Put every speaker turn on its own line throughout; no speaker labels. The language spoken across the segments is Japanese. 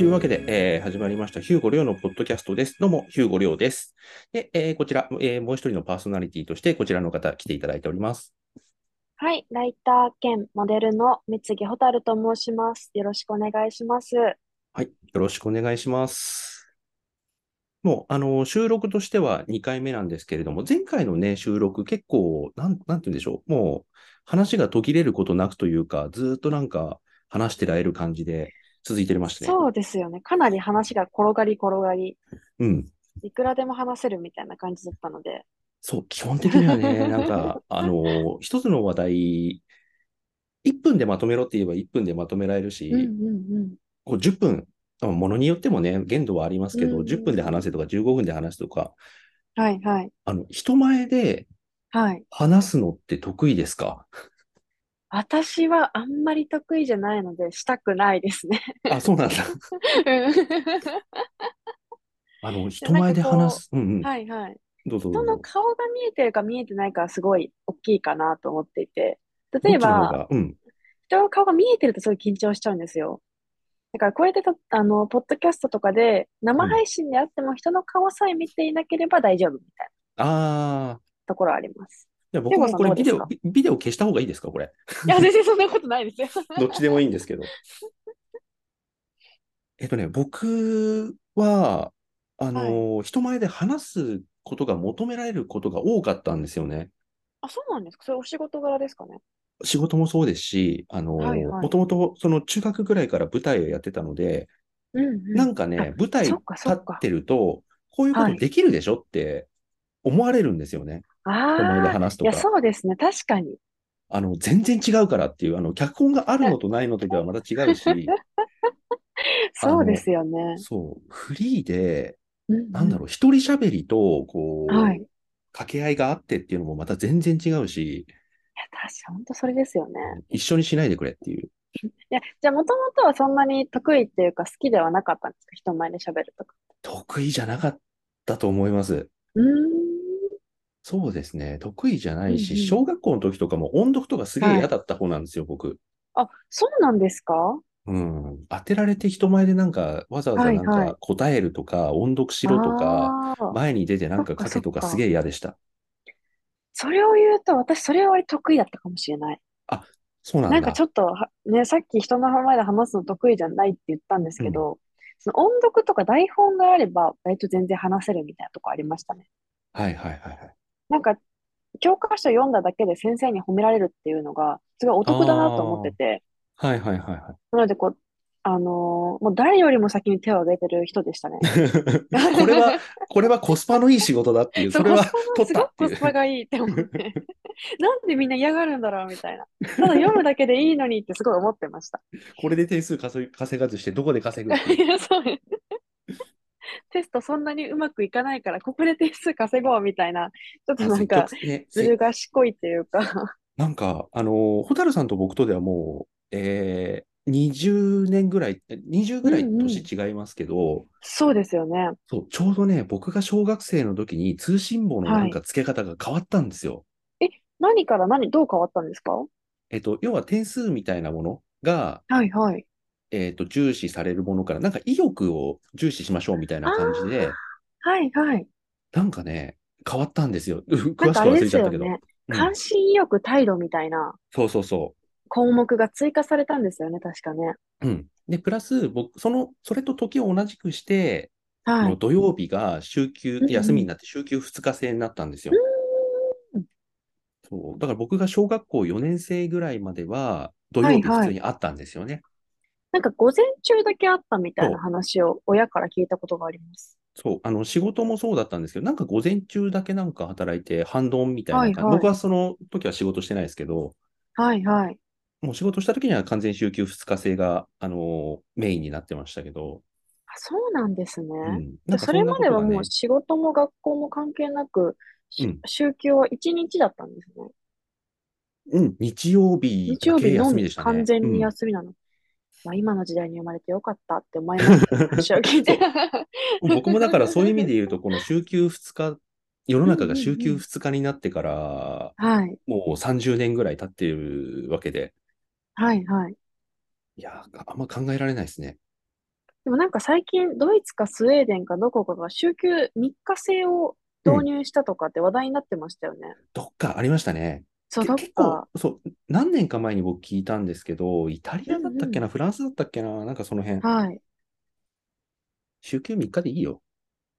いうわけで、えー始まりました、ヒューゴリョウのポッドキャストです。どうも、ヒューゴリョウです。で、えーこちら、えーもう一人のパーソナリティとして、こちらの方、来ていただいております。
はい、ライター兼モデルの三木ホタルと申します。よろしくお願いします。
はい、よろしくお願いします。もう、あの、収録としては2回目なんですけれども、前回のね、収録、結構、なん、なんて言うんでしょう、もう、話が途切れることなくというか、ずーっとなんか、話してられる感じで、続いてましたね。
そうですよね。かなり話が転がり転がり、
うん。
いくらでも話せるみたいな感じだったので。
そう、基本的にはね、なん か、あの、一つの話題、1分でまとめろって言えば1分でまとめられるし、
うんうんうん。
こう10分、まあものによってもね、限度はありますけど、
うんうん
10分で話せとか15分で話すとか、
はいはい。
あの、人前で
はい。
話すのって得意です か
私はあんまり得意じゃないので、したくないですね。
あ、そうなんだ。 あの、人前で話す。うんうん。
はいはい。
どうぞど
人
う
の
ぞ。
顔が見えてるか見えてないかはすごい大きいかなと思っていて。
ど
例え
っちの方
ば、
が、うん。
人の顔が見えてるとすごい緊張しちゃうんですよ。だからこうやってとあの、ポッドキャストとかで生配信であっても人の顔さえ見ていなければ大丈夫みたいな
ああ。
ところはあります。
いや、僕
ケイゴ
も
さん
これ
どう
ビ
で
デ
す
オ
か、
ビビデオ消した方がいいですかこれ。
いや、全然そんなことない ですよ。
どっちでもいいんですけど。えっとね、僕は、あの、人前で話すことが求められることが多かったんですよね。
あ、そうなんですか。それお仕事柄ですかね。
仕事もそうですし、あの、
はいはい
もともとその中学ぐらいから舞台をやってたので、
うんうん。
なんかね、舞台立
そっかそっか
ってると、こういうこ
は
と
い
できるでしょって思われるんですよね。人前で
ああ、
話す
い
と
や、
か。
そうですね。確かに。
あの、全然違うからっていう、あの、脚本があるのとないのとではまた違うし、
そうですよね。
そう、フリーで、
うん
なんだろう、一人喋りと、こう、
はい。いや、
掛け合いがあってっていうのもまた全然違うし、
確か、本当それですよね。
一緒にしないでくれっていう。
いや、じゃあ、もともとはそんなに得意っていうか、好きではなかったんですか。人前で喋るとか。
得意じゃなかったと思います。
うーん。
そうですね。得意じゃないし、
うんうん
小学校の時とかも音読とかすげえ嫌だった方なんですよ、僕。
あ、そうなんですか
うん。当てられて人前でなんか、わざわざなん
はいは
か答えるとか、音読しろとか、
あー
前に出てなんか
そっか
書けとか
そっか
すげえ嫌でした。
それを言うと、私、それは割と得意だったかもしれない。
そうなん
なん
だ。
かちょっとは、ね、さっき人の前で話すの得意じゃないって言ったんですけど、その音読とか台本があれば、割と全然話せるみたいなとこありましたね。
はいはいはいはい。
なんか、教科書読んだだけで先生に褒められるっていうのが、すごいお得だなと思って て、
はいはいはいはい。
なので、こう、あのーもう誰よりも先に手を挙げてる人でしたね。
これは、これはコスパのいい仕事だっていう、それは取
コ
っ
ス
た
パ
っていう
すごくコスパがいいって思って。 なんでみんな嫌がるんだろうみたいな。ただ読むだけでいいのにってすごい思ってま した。
これで点数稼い稼がずして、どこで稼ぐってい
いうや、そうです。テストそんなにうまくいかないから、ここで点数稼ごうみたいな、ちょっと なんか、
積極ね
ずる賢いっていうか、
なんか、あのー、蛍さんと僕とではもう、えー、20年ぐらい、20ぐらい
うんうん
年違いますけど、
そうですよね。
そう、ちょうどね、僕が小学生の時に通信簿のなんか付け方が変わったんですよ。
何から何、どう変わったんですかは
えっと、要は点数みたいなものが、
いはい。
えっと、重視されるものから、なんか意欲を重視しましょうみたいな感じで、
はいはい。
なんかね、変わったんですよ。
な
詳
ん
し
か
く
あれ
忘
で
れ
す
ちゃっ
よ
たけど。
ね。
うん
関心意欲態度みたいな
そうそうそう。
項目が追加されたんですよね、確かね。
うん。で、プラス、僕、その、それと時を同じくして、あ
は
の
い。
土曜日が週休
うんう、ん
休みになって週休2日制になったんですよ。そう。だから僕が小学校4年生ぐらいまでは、土曜日
はい
普
はい
通にあったんですよね。
なんか午前中だけあったみたい
そ
な
う
話を親から聞いたことがあります。
そう。あの、仕事もそうだったんですけど、なんか午前中だけなんか働いて、半ドンみたいな感じ
はいはい
僕はその時は仕事してないですけど、
はいはい。
もう仕事した時には完全週休2日制が、あのメインになってましたけど、
あ、そうなんですね。
うん。
じゃ
なん
あ
か
それ
んな
までは
ことがね
もう仕事も学校も関係なく、し
うん
週休は1日だったんですね。
うん、日曜日
日曜
だけ
日の
休み
み
でしたね。
完全
う
に
ん
休みなの。まあ今の時代に生まれてよかったって思いますけど、 話を聞いて。
僕もだ からそういう意味で言うと、この週休2日、世の中が週
うん
休
うんうん
2日になってから、
はい。
もう30年ぐらい経っているわけで、
はいはい。
いやー、あんま考えられないですね。
でもなんか最近ドイツかスウェーデンかどこかが週休3日制を
う
導
ん。
入したとかって話題になってましたよね。
どっかありましたね。
そう、
け、
どっ
結構、
か。
そう、何年か前に僕聞いたんですけど、イタリ
う
アだったっ
ん
け
う
な、フランスだったっけな、なんかその辺、
ん。はい。
週休3日でいいよ。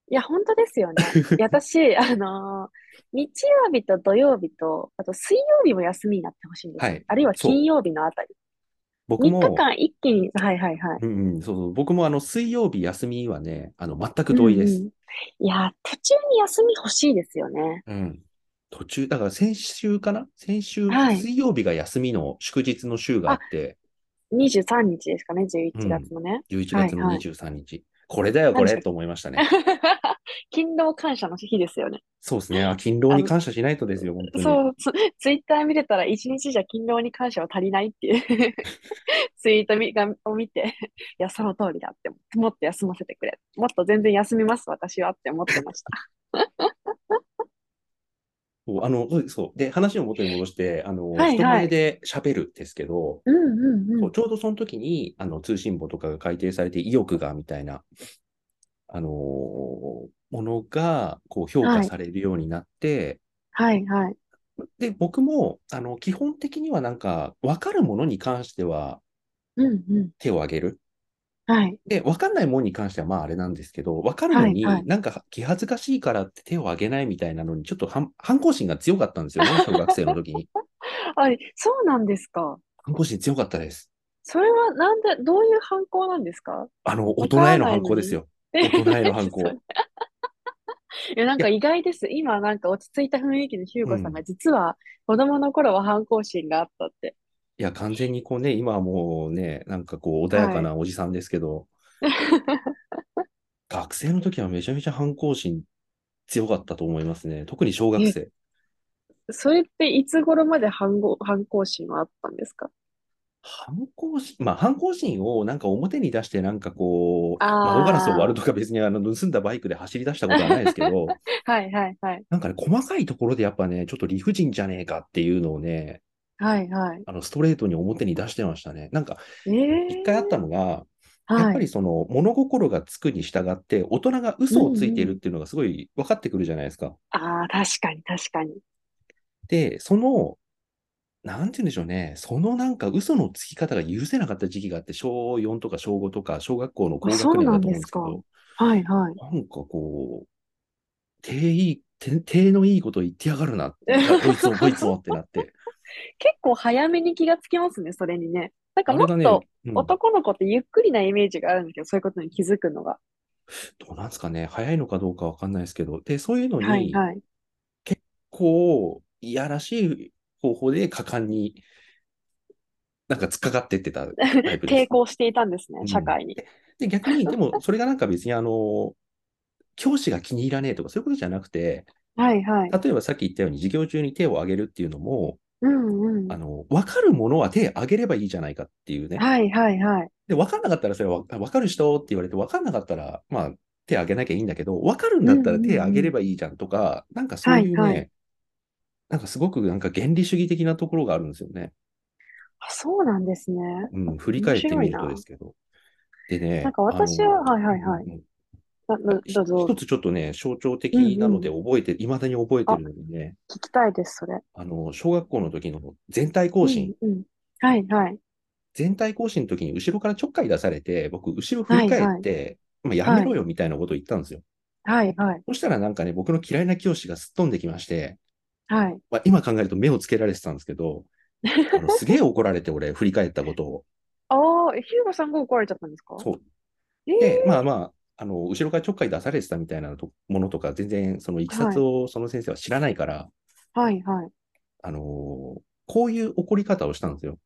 いや、本当で すよね。いや、私、あのー日曜日と土曜日と、あと水曜日も休みになってほしいんです
は
よ。
い。
あるいは金
そう。
曜日のあたり。
僕
3
も、
日間一気に、はいはいはい。
うんうん、そうそう、僕もあの、水曜日休みはね、あの、全く
う
同意
ん
で
う
す。
ん。いや、途中に休み欲しいですよね。
うん。途中、だから先週かな先週、
はい。
水曜日が休みの祝日の週があ
あ、
って、
23日ですかね、11
う
月
ん。
のね。
11
はい
月の
はい。
23日。これだよ、
何
こ
で
れ
した
と
っけ
思いましたね。
勤労感謝の日ですよね。
そうですね。あ、勤労
あ
に
の、
感謝しないとですよ、本当に。
そう、ツ、ツイッター見てたら一日じゃ勤労に感謝は足りないっていう ツイートみがを見て、いや、その通りだって思って、もっと休ませてくれ。もっと全然休みます、私はって思ってました。
そう、あの、そうそう。で、話を元に戻して、あの、
はい
人
は
前
い。
で喋るですけど、
うんうんう
そ
ん。
う、ちょうどその時に、あの、通信簿とかが改定されて、意欲が、みたいな、あのーものが、こう、評価
はい。
されるようになって、
はいはい。
で、僕も、あの、基本的にはなんか、わかるものに関しては
うんうん。
手を挙げる。
はい。
で、わかんないものに関しては、まあ、あれなんですけど、わかるの
はいは
に、
い。
なんか、気恥ずかしいからって手を挙げないみたいなのに、ちょっと反、反抗心が強かったんですよね、小学生の時に。
あ、そうなんですか。
反抗心強かったです。
それはなんで、どういう犯行なんですか
あの、大
わ
人
か
へ
ら
の
ない
反
の
抗です
に。
よ。
え、
大人への反
それ。
抗。
いや、なん
い
か
や、
意外です。今、なんか落ち着いた雰囲気のヒュー
う
ゴさんが、
ん。
実は子供の頃は反抗心があったって。
いや、完全にこうね、今はもうね、なんかこう、穏や
は
か
い。
なおじさんですけど、 学生の時はめちゃめちゃ反抗心強かったと思いますね。特に小学
え、
生。
それっていつ頃まで反抗、反抗心はあったんですか
反抗心、まあ反抗心をなんか表に出してなんかこう、窓ガラスを割
あ
るとか別にあの盗んだバイクで走り出した
あ
ことはないですけ
ー。
ど、
はいはいはい。
なんかね、細かいところでやっぱね、ちょっと理不尽じゃねえかっていうのをね、
はいはい。
あのストレートに表に出してましたね。なんか
え
一回あった
え
のが、やっ
は
ぱ
い。
りその物心がつくに従って大人が
う
嘘をついてい
ん
る
う
っ
ん。
ていうのがすごい分かってくるじゃないですか。
ああ、確かに確かに。
で、その、なんて言うんでしょうね、そのなんか嘘のつき方が許せなかった時期があって、小4とか小5とか小学校の
あ、
高
そ
学
う
年
な
だ
ん
と
で
思うんで
す
すけ
か。
ど、
はいはい。
なんかこう、手いい、手、手のいいこと言ってやがるな、がこい つもこいつもってなって、
結構早めに気がつきますね、それにね。なんか
あ
も
れが
っ
ね、
と
うん、
男の子ってゆっくりなイメージがあるんですけど、そういうことに気づくのが。
どうなんですかね、早いのかどうかわかんないですけど、で、そういうの
はい
に、
はい。
結構、いやらしい方法で果敢に、なんか突っかかってってたタイプで
抵
す。
抗していたんですね、
う
社
ん。
会に。
で、で逆に、でも、それがなんか別に、あの、教師が気に入らねえとか、そういうことじゃなくて、
はいはい。
例えばさっき言ったように、授業中に手を挙げるっていうのも、
うんう
あ
ん。
の、わかるものは手挙げればいいじゃないかっていうね。
はいはいはい。
で、わかんなかったら、それはわわかる人って言われて、わかんなかったら、まあ、手挙げなきゃいいんだけど、わかるん
う
だ
ん
ったら
う
手挙げ
んう
れ
ん。
ばいいじゃんとか、なんかそ
は
う
い
いう
はい。
ね、なんかすごくなんか原理主義的なところがあるんですよね。
あ、そうなんですね。
うん、振り
面
返って
白
み
い
るとで
な。
すけど。で
なん
ね、
か
あ
私は、
の、
はいは
う
い
ん
はい。
うんうん
な、な、
ひ
どうぞ。
一つちょっとね、象徴
う
的
ん
な
う
ので
ん。
覚えて、未だに覚えて
あ、
るのでね、
聞きたいです、それ。
あの、小学校の時の全体更
うん
新、
うん。はいはい。
全体更新の時に後ろからちょっかい出されて、僕、後ろ振
は
り
い
返っ
はい。
て、まあ、やめ
は
ろ
い。
よみたいなことを言ったんですよ。
はいはい。
そしたらなんかね、僕の嫌いな教師がすっ飛んできまして、
はい。
まあ、今考えると目をつけられてたんですけど、あ の、すげえ怒られて、俺、振り返ったことを。
ああ、えヒューゴさんが怒られちゃったんですか
そう。
え
で、ま
え
あまあ、あの、後ろからちょっかい出されてたみたいなとものとか、全然、そのいきさ
は
つ
い。
をその先生は知らないから、
はいはい。
あのーこういう怒り方をしたんですよ。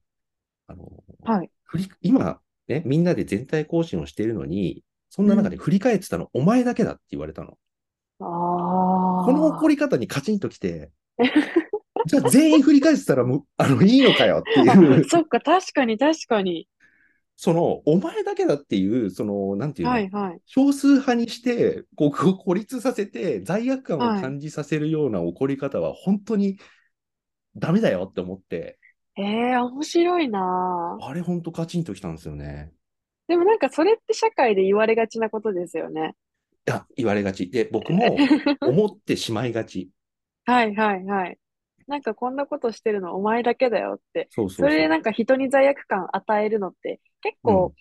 あのー
はい。
振り、今、ね、みんなで全体更新をしているのに、そん
う
な中で
ん。
振り返ってたの、お前だけだって言われたの。この怒
あ
り方にカチンとき て、じゃあ全員振り返ってたらもう、あの、いいのかよって
あ。あ、
いう
そっか、確かに確かに。
その、お前だけだっていう、その、なんていう
は
の、
いはい。
少数派にして、こう、孤立させて、罪悪感を
はい。
感じさせるような怒り方は、本当にダメだよって思って、
ええ面白いなあ。
あれ、本当カチンときたんですよね。
でもなんかそれって社会で言われがちなことですよね。
いや、言われがち。で、僕 も思ってしまいがち。
はいはいはい。なんかこんなことしてるのお前だけだよって。
そうそう
それで
そう。
なんか人に罪悪感与えるのって結
うん
構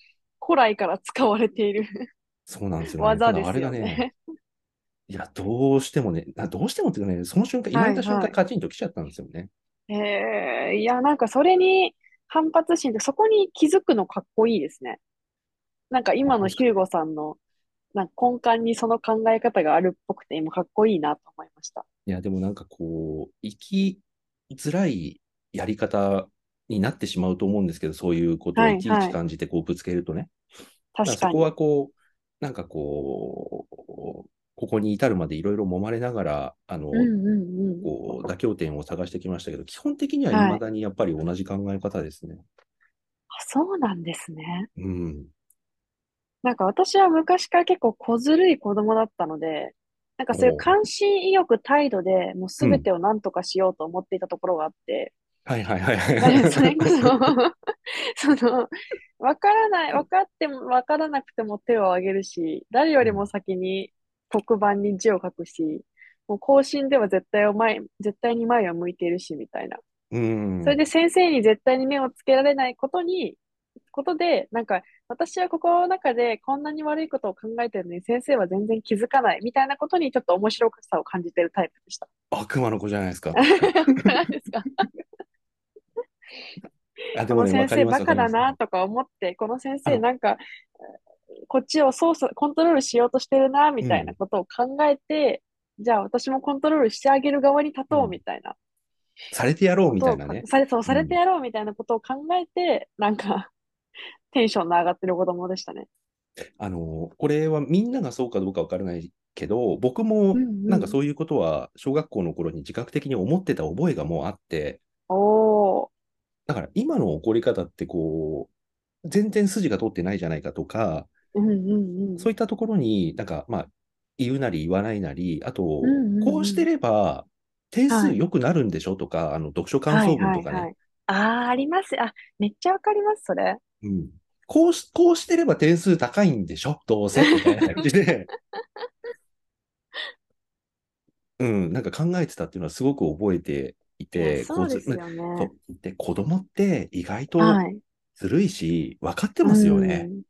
古来から使われている
そうなんですよね。
技
た
で
だあ
す
れが
よ
ね、
ね。
いや、どうしてもね、あどうしてもっていうかね、その瞬間、言われた瞬
はいは
間、
い
カチンと来ちゃったんですよね。
えー、いやなんかそれに反発心ってそこに気づくのかっこいいですね。なんか今のヒューゴさんのなんか根幹にその考え方があるっぽくて今かっこいいなと思いました。
いや、でもなんかこう、生きづらいやり方になってしまうと思うんですけど、そういうことを
はい
いちい
は
ち
い
感じてこうぶつけるとね。だから
確
そ
か
こ
に。
はこう、なんかこう、ここに至るまでいろいろ揉まれながら、あの、
うんうんうん。
こう妥協点を探してきましたけど、基本的には
はい
未だにやっぱり同じ考え方ですね。
あそうなんですね。
うん。
なんか私は昔から結構小ずるい子供だったので、なんかそういう
おう
関心意欲態度でもう
う
全
ん
てを何とかしようと思っていたところがあって、
はいはいはい
それこそ その、わからない、分かってもわからなくても手を挙げるし、誰よりも先に黒板に字を書くし、もう更新では絶対を前、絶対に前を向いているしみたいな。
うん。
それで先生に絶対に目をつけられないことに、ことで、なんか、私はここの中でこんなに悪いことを考えてるのに先生は全然気づかないみたいなことにちょっと面白さを感じてるタイプで した。
悪魔の子じゃないですか。
何ですか
あ、で
こ
も
の
ね、わかりますわか
先生バカ
りま
だ
す。
なとか思って、この先
あ
生
の
なんか、こっちを操作、コントロールしようとしてるなみたいなことを考えて、じゃあ私もコントロールしてあげる側に立とうみたいな。
されてやろう
こ
み
と
た
を
いなね。
され、そう、されてやろうみたいなことを考えて、なんか、 テンションの上がってる子供でしたね。
あの、これはみんながそうかどうかわからないけど、僕も
うん
なん
う
か
ん。
そういうことは小学校の頃に自覚的に思ってた覚えがもうあって、
おー、
だから今の怒り方ってこう、全然筋が通ってないじゃないかとか、
うんうんうん。
そういったところに、なんかまあ、言うなり言わないなり、あと、
うんうんうん
こうしてれば点
は
数
い
良くなるんでしょとか、あの、読書
は
感
い
想文
は
と
い
か
は
ね。
い。ああ、あります。あ、めっちゃわかります、それ。
うん。こうし、こうしてれば点数高いんでしょどうせみたいな感じで。 うん、なんか考えてたっていうのはすごく覚えてい
いや、
て、
そう
こ
で
うず
すよね。
そうで、子供って意外と
はい。
ずるいし、分かって
う
ますよね。
ん。い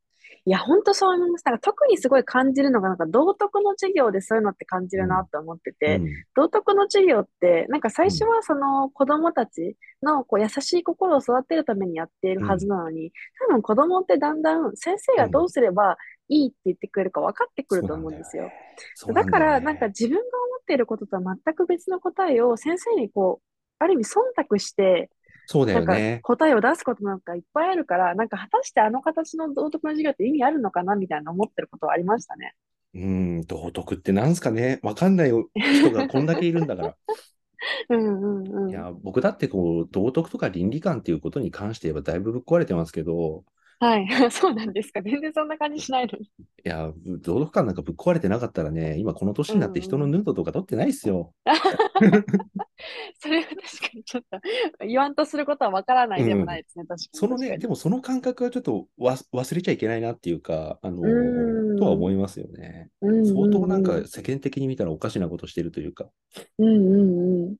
や、ほんとそう思います。なんか特にすごい感じるのが、なんか道徳の授業でそういうのって感じるなって思って
う
て、
ん。
道徳の授業って、なんか最初はその子供たちのこう優しい心を育てるためにやっているはずなのに、多分子供ってだんだん先生がどうすればいいって言ってくれるか分かってくると思うんですよ。
そうな
だ
ん
か
だよ
ら、
ね。
なんか自分が思っていることとは全く別の答えを先生にこう、ある意味忖度して、
そうだ
な
よ
んか
ね。
答えを出すことなんかいっぱいあるから、なんか果たしてあの形の道徳の授業って意味あるのかなみたいな思ってることはありましたね。
うん、道徳ってなんすかね。分かんない人がこんだけいるんだから。
うんうん
い
うん。
や、僕だってこう、道徳とか倫理観っていうことに関して言えばだいぶぶっ壊れてますけど、
はい。 そうなんですか。全然そんな感じしないのに。
いや、道徳観なんかぶっ壊れてなかったらね、今この年になって人のヌードとか取ってないっすよ。
それは確かにちょっと言わんとすることはわからないでもないですね。確かに
その
確か
ね、
に。
でもその感覚はちょっとわ忘れちゃいけないなっていうか、あの
うーん
とは思いますよね。
うん
相当なん
うん
か世間的に見たらおかしなことしてるというか。
うんうんうん。で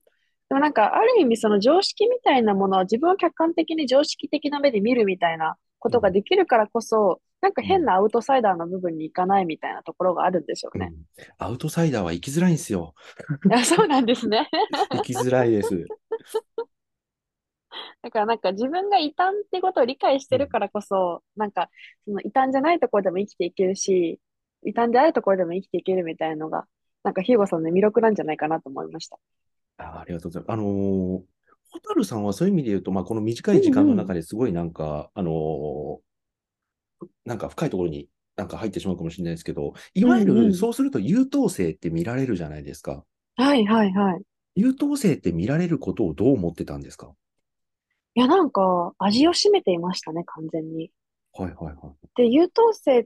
もなんかある意味その常識みたいなものは自分を客観的に常識的な目で見るみたいなことができるからこそ、なんか変なアウトサイダーの部分に行かないみたいなところがあるんでしょう
う
ね。
んアウトサイダーは生きづらいんですよ。
あ、 そうなんですね。
生きづらいです。
だからなんか自分が異端ってことを理解してるからこそ、なんかその異端じゃないところでも生きていけるし、異端であるところでも生きていけるみたいのが、なんかヒューゴさんの魅力なんじゃないかなと思いました。
あありがとうございます。あのー、ホタルさんはそういう意味で言うと、まあ、この短い時間の中ですごいなんか、あのーなんか深いところになんか入ってしまうかもしれないですけど、いわゆ
うんう
る
ん
そうすると優等生って見られるじゃないですか。
はいはいはい。
優等生って見られることをどう思ってたんですか
いやなんか味を占めていましたね、完全に。
はいはいはい。
で、優等生、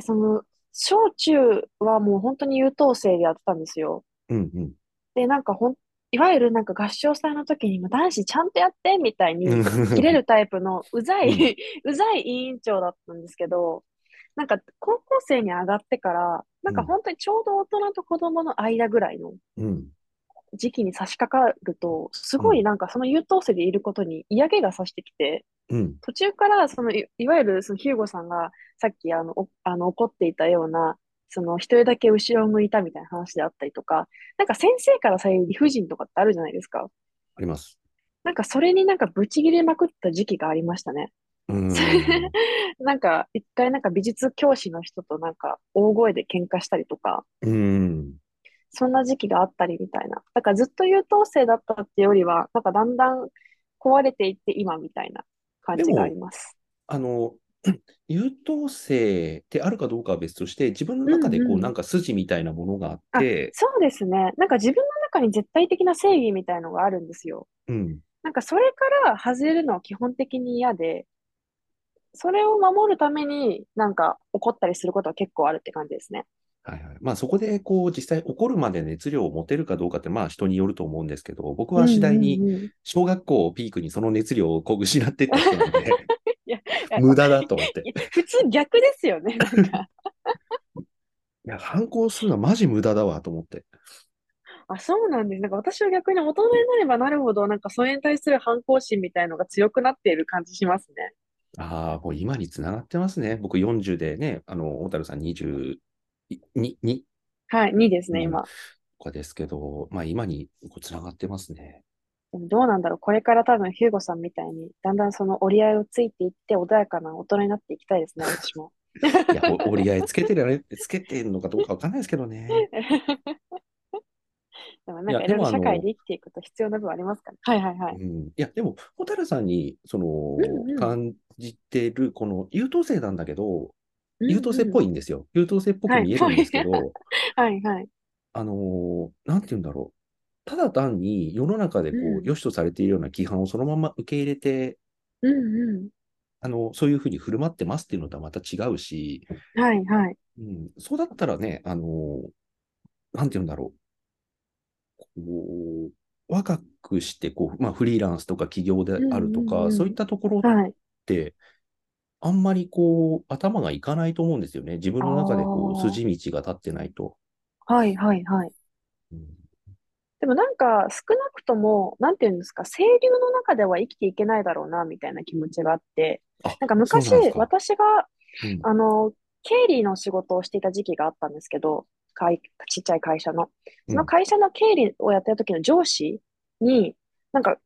その、小中はもう本当に優等生でやってたんですよ。
うんうん。
で、なんかほん、いわゆるなんか合唱祭の時にも男子ちゃんとやってみたいに
うん
切れるタイプのうざ
う
い、 うざい委員長だったんですけど、なんか高校生に上がってから、なんか
うん
本当にちょうど大人と子供の間ぐらいの
うん。
時期に差し掛かると、すごいなんかその優等生でいることに嫌気がさしてきて、
うん。
途中からそのい、いわゆるそのヒューゴさんがさっきあの、おあの怒っていたような、その一人だけ後ろを向いたみたいな話であったりとか、なんか先生からそういう理不尽とかってあるじゃないですか。
あります。
なんかそれになんかブチ切れまくった時期がありましたね。
うん。
なんか一回なんか美術教師の人となんか大声で喧嘩したりとか、
うん。
そんな時期があったりみたいな。だからずっと優等生だったってよりは、なんかだんだん壊れていって今みたいな感じがあります。
あの、 優等生ってあるかどうかは別として、自分の中で
うん
こ
う
うんなんか筋みたいなものがあっ
あ
て、
そうですね。なんか自分の中に絶対的な正義みたいのがあるんですよ。
うん。
なんかそれから外れるのは基本的に嫌で、それを守るためになんか怒ったりすることは結構あるって感じですね。
はいはい。まあそこでこう実際起こるまで熱量を持てるかどうかってまあ人によると思うんですけど、僕は次第
う
に
んうんうん
小学校をピークにその熱量をこう失ってった人なんで、
いや、い
無駄だと思って。い
や普通逆ですよ ね。なんか、
や、反抗するのはマジ無駄だわと思って。
あ、そうなんです。なんか私は逆に大人になればなるほど、なんかそれに対する反抗心みたいのが強くなっている感じしますね。
ああ、もう今につながってますね。僕40でね、あの、小樽さん22、2
はい、2ですね、
うん
今。
とかですけど、まあ今にこうつながってますね。
でもどうなんだろう。これから多分ヒューゴさんみたいに、だんだんその折り合いをついていって、穏やかな大人になっていきたいで すね、私も。
いや、お折り合いつけてるよね、つけてるのかどうかわかんないですけどね。
でも
い
なん
や
かい
で
ろい
も
ろ
あの
社会で生きていくと必要な部分ありますから。はいはいはい。
うん、いや、でも、小樽さんに、その
うんう、ん
感じてる、この、優等生なんだけど、
うん
優等生っぽ
い。
いんですよ。優等生っぽく見えるんですけど、
はいはい。
あのーなんて言うんだろう。ただ単に、世の中でこ
う
う、
ん
良しとされているような規範をそのまま受け入れて、
うんう
あの、そういうふうに振る舞ってますっていうのとはまた違うし、
ん。はいはい。
うん、そうだったらね、あのーなんて言うんだろう。こう、若くして、こう、まあ、フリーランスとか企業であると
うんうん
か、
うん
そういったところ
はい。
って、あんまりこう、頭がいかないと思うんですよね。自分の中でこう、
あー
筋道が立ってないと。
はいはいはい。
うん
でもなんか少なくとも、なんていうんですか、清流の中では生きていけないだろうな、みたいな気持ちがあって、
あ、
なんか
そうなんです
昔、
か
私が、
うん
あの、経理の仕事をしていた時期があったんですけど、会ちっちゃい会社の。その会社の経理をやってる時の上司に、なんか、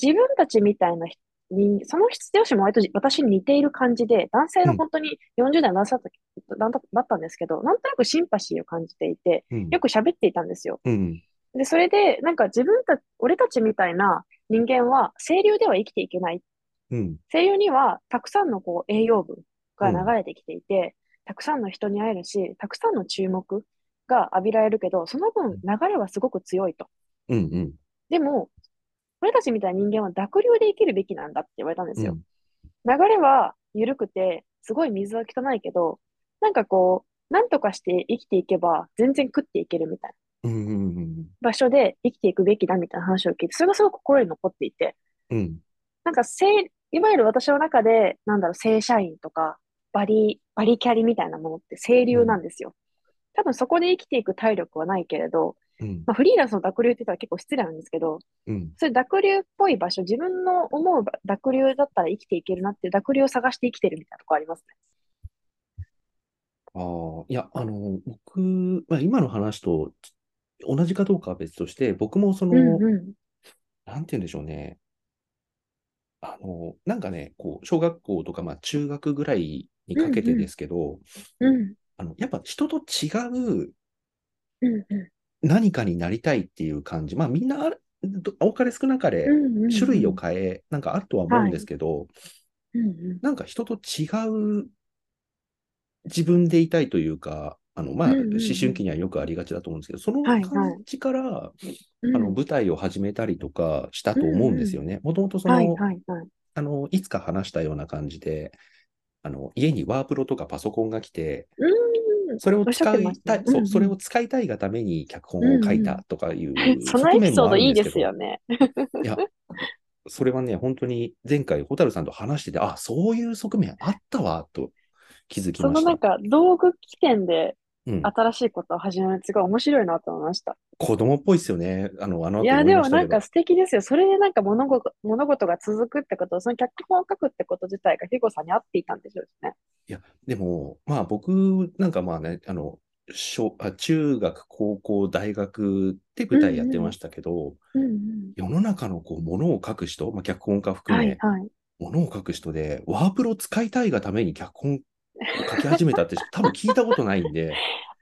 自分たちみたいな人に、その上司も割と私に似ている感じで、男性
う
の
ん
本当に40代の男性だっただんだだったんですけど、なんとなくシンパシーを感じていて、
うん
よく喋っていたんですよ。
うん。
で、それで、なんか自分たち、俺たちみたいな人間は、清流では生きていけない。
うん。
清流には、たくさんのこう栄養分が流れてきていて、たくさんの人に会えるし、たくさんの注目が浴びられるけど、その分流れはすごく強いと。
うん。うん。
でも、俺たちみたいな人間は濁流で生きるべきなんだって言われたんです
う
よ。
ん。
流れは緩くて、すごい水は汚いけど、なんかこう、なんとかして生きていけば、全然食っていけるみたいな。
うん。うん。
場所で生きていくべきだみたいな話を聞いて、それがすごく心に残っていて、
うん。
なんか正、いわゆる私の中で、なんだろう、正社員とか、バリ、バリキャリみたいなものって清流なんですよ。多分そこで生きていく体力はないけれど、
うん。
まあ、フリーランスの濁流って言ったら結構失礼なんですけど、
うん。
そういう濁流っぽい場所、自分の思う濁流だったら生きていけるなっていう濁流を探して生きてるみたいなとこありますね。
ああ、いや、あの、僕、まあ、今の話と同じかどうかは別として、僕もその、
うんうん。
なんて言うんでしょうね。あの、なんかね、こう、小学校とか、まあ、中学ぐらいにかけてですけど、
うん
あの、やっぱ人と違う
うんうん。
何かになりたいっていう感じ。まあ、みんなある、ど多かれ少なか
う
れ、
んうんうん。
種類を変え、なんかあるとは思うんですけど、
うんうん。
なんか人と違う自分でいたいというか、あの、まあ、
うん
思
うんうん
春期にはよくありがちだと思うんですけど、その
はいはい
感じから、
うん
あの、舞台を始めたりとかしたと思うんですよね。もともとそ
はい
の、
はいはい。
あの、いつか話したような感じで、あの、家にワープロとかパソコンが来て、
うんうん
それを
おっしゃ
使
って
い
ました
た
ね
い、
うん
そうう、
ん
それを使いたいがために脚本を書いたとかいう側面もあるんですけ
そ
ど。
のエピソードいいですよね。
いや、それはね、本当に前回、蛍さんと話してて、あ、そういう側面あったわ、と気づき
そ
ま
の
した。
なんか道具起点で
うん、
新しいことを始めるのすごい面白いなと思いました。
子供っぽいですよね。あの、あの後
いや、
思
で
ま
も
した
な
け
ん
ど
か素敵ですよ。それでなんか物事、物事が続くってこと、その脚本を書くってこと自体がヒゴさんに合っていたんでしょうしね。
いや、でも、まあ僕なんかまあね、あの、小、あ、中学、高校、大学って舞台やってましたけど、
うんうん。
世の中のこう、ものを書く人、まあ脚本家含
は
め、
いはい。
ものを書く人で、ワープロ使いたいがために脚本を書き始め たって、多分聞いたことないんで、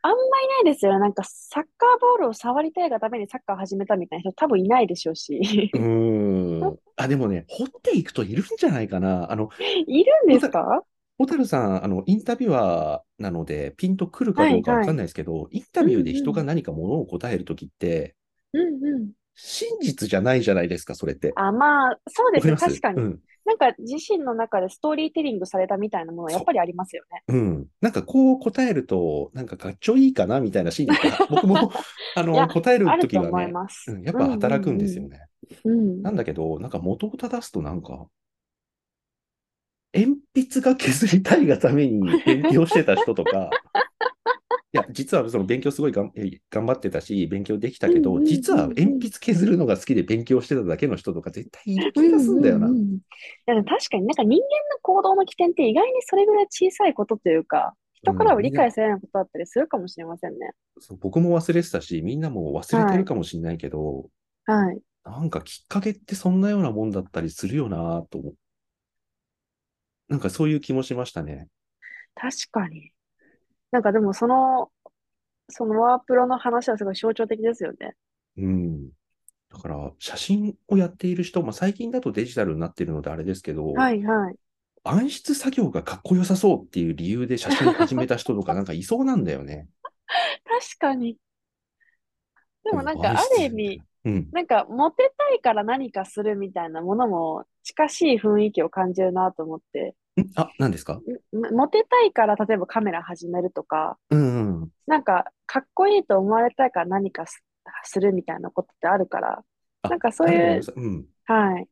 あんまいないですよね。なんかサッカーボールを触りたいがためにサッカー始めたみたいな人多分いないでしょうし
う。ーん。あ、でもね、掘っていくといるんじゃないかな。あの、
いるんですか
小樽さん、あの、インタビュアーなので、ピンとくるかどうかわかんないですけど、インタビューで人が何かものを答えるときって、
うんうん。
真実じゃないじゃないですか、それって。
あ、まあ、そうで
わ
す
かりま
ね。
す
確かに
う。ん。
なんか自身の中でストーリーテリングされたみたいなものはやっぱりありますよね。
うん。なんかこう答えると、なんかかっちょいいかな、みたいなシーンが、僕 も、あ
いや
の、答える
ある
とき
と
は
思い
ね、
ます。
うん、やっぱ働くんですよね。
うんうんうん。
なんだけど、なんか元を正すとなんか、鉛筆が削りたいがために勉強してた人と か、いや、実はその勉強すごいがんえ頑張ってたし、勉強できたけ
うんうん
ど、
うんうん
実は鉛筆削るのが好きで勉強してただけの人とか絶対いる気がすんだよな
う。んうんうんいやでも確かになんか人間の行動の起点って意外にそれぐらい小さいことというか、人からは理解されないことだったりするかもしれませんね。
そう僕も忘れてたし、みんなも忘れてるかもしれないけど、
はい。
なんかきっかけってそんなようなもんだったりするよなと思う。なんかそういう気もしましたね。
確かに。なんかでもその、そのワープロの話はすごい象徴的ですよね。
うん。だから、写真をやっている人、まあ、最近だとデジタルになってるのであれですけど、
はいはい。
暗室作業がかっこよさそうっていう理由で写真を始めた人とか、なんかいそうなんだよね。
確かに。 でもなんか
暗
ある
室
意味、。
うん。
なんかモテたいから何かするみたいなものも近しい雰囲気を感じるなと思って、
んあ、何ですか
んモテたいから例えばカメラ始めるとか、
うんうん。
なんか、かっこいいと思われたいから何かす、するみたいなことってあるから、
あ
なんかそういう
なるほどうん。
はい。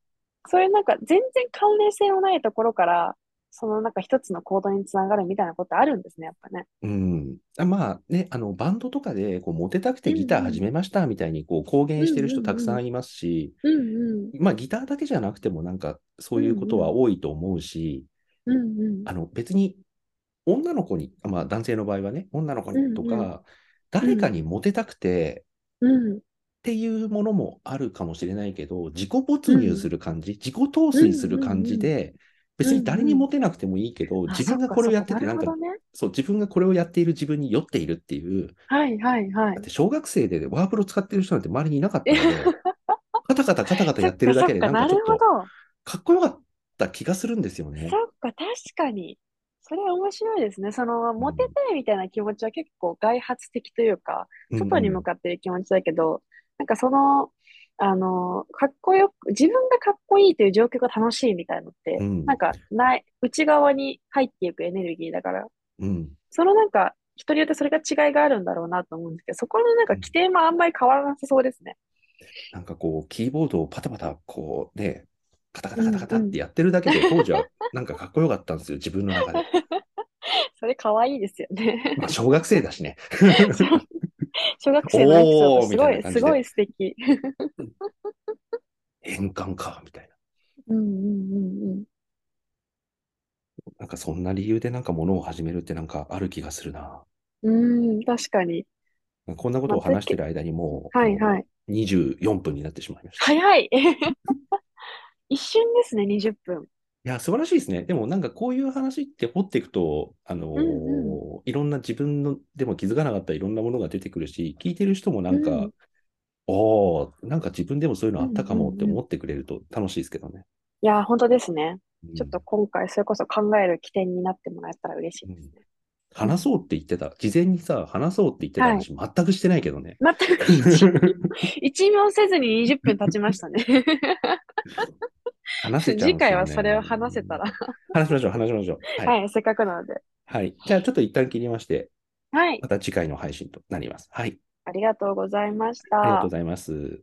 そういうなんか全然関連性のないところから、そのなんか一つの行動につながるみたいなことあるんですね、やっぱね。
うん、あまあね、あの、バンドとかで、こう、モテたくてギター始めましたみたいに、こう、公言してる人たくさんいますし、
うん
まあ、ギターだけじゃなくても、なんか、そういうことは多いと思うし、
うん。うんうん。
あの別に女の子に、まあ、男性の場合はね、女の子にとか、
うんうん
誰かにモテたくて
うん。
っていうものもあるかもしれないけど、自己没入する感じ、自己陶酔する感じで、別に誰にモテなくてもいいけど、
あ
自分
そっ
が
か
これを
そっ
やって
か
て、
な
な
る
ん
ほ
か
どね。
そう、自分がこれをやっている自分に酔っているっていう、
はいはいはい
だっ。て小学生でワープロ使ってる人なんて周りにいなかったので、 カタカタカタカタやってるだけで、
そ
な
っ
ん
か
かちょっ
そっ
と
か
かっこよかった気がするんですよね
なるほど。。そっか、確かに。それは面白いですね。その、モテたいみたいな気持ちは結構外発的というか、外に
うんうん
向かってる気持ちだけど、なんかその、あの、かっこよく、自分がかっこいいという状況が楽しいみたいなのって、
うん
なんかない、内側に入っていくエネルギーだから、
うん
そのなんか、人によってそれが違いがあるんだろうなと思うんですけど、そこのなんか規定もあんまり変わらなさそうですね。
なんかこう、キーボードをパタパタ、こうね、カタカタカタカタってやってるだけで、当時はなんかかっこよかったんですよ、自分の中で。
それ可愛いですよね。
まあ、小学生だしね。
小学生のエピソード
おー
すご、
みたいない感
す
じで
ごい素敵。
変換か、みたいな。
うんうんうんうん。
なんかそんな理由でなんか物を始めるってなんかある気がするな。
うーん、確かに。
こんなことを話してる間にもう、
はいはい。
24分になってしまいました。い
早い 一瞬ですね、20分。
や、素晴らしいですね。でもなんかこういう話って掘っていくと、あのー
うん
いろんな自分のでも気づかなかったいろんなものが出てくるし、聞いてる人もなんか、
うん
おーなんか自分でもそういうのあったかもって思ってくれると楽しいですけどね。
いやー、本当ですね。
うん
ちょっと今回、それこそ考える起点になってもらえたら嬉しいですね。
話そうって言ってた。事前にさ、話そうって言ってた話、全くしてないけどね。
全く一一秒せずに20分経ちましたね。
話せちゃうんですよね
次回はそれを話せたら。。
話しましょう、話しましょう。はい。
はい、せっかくなので。
はい。じゃあ、ちょっと一旦切りまして、はい。
また次回の配信となります。はい。
ありがとうございまし
ありが
た
とうご。ざいます。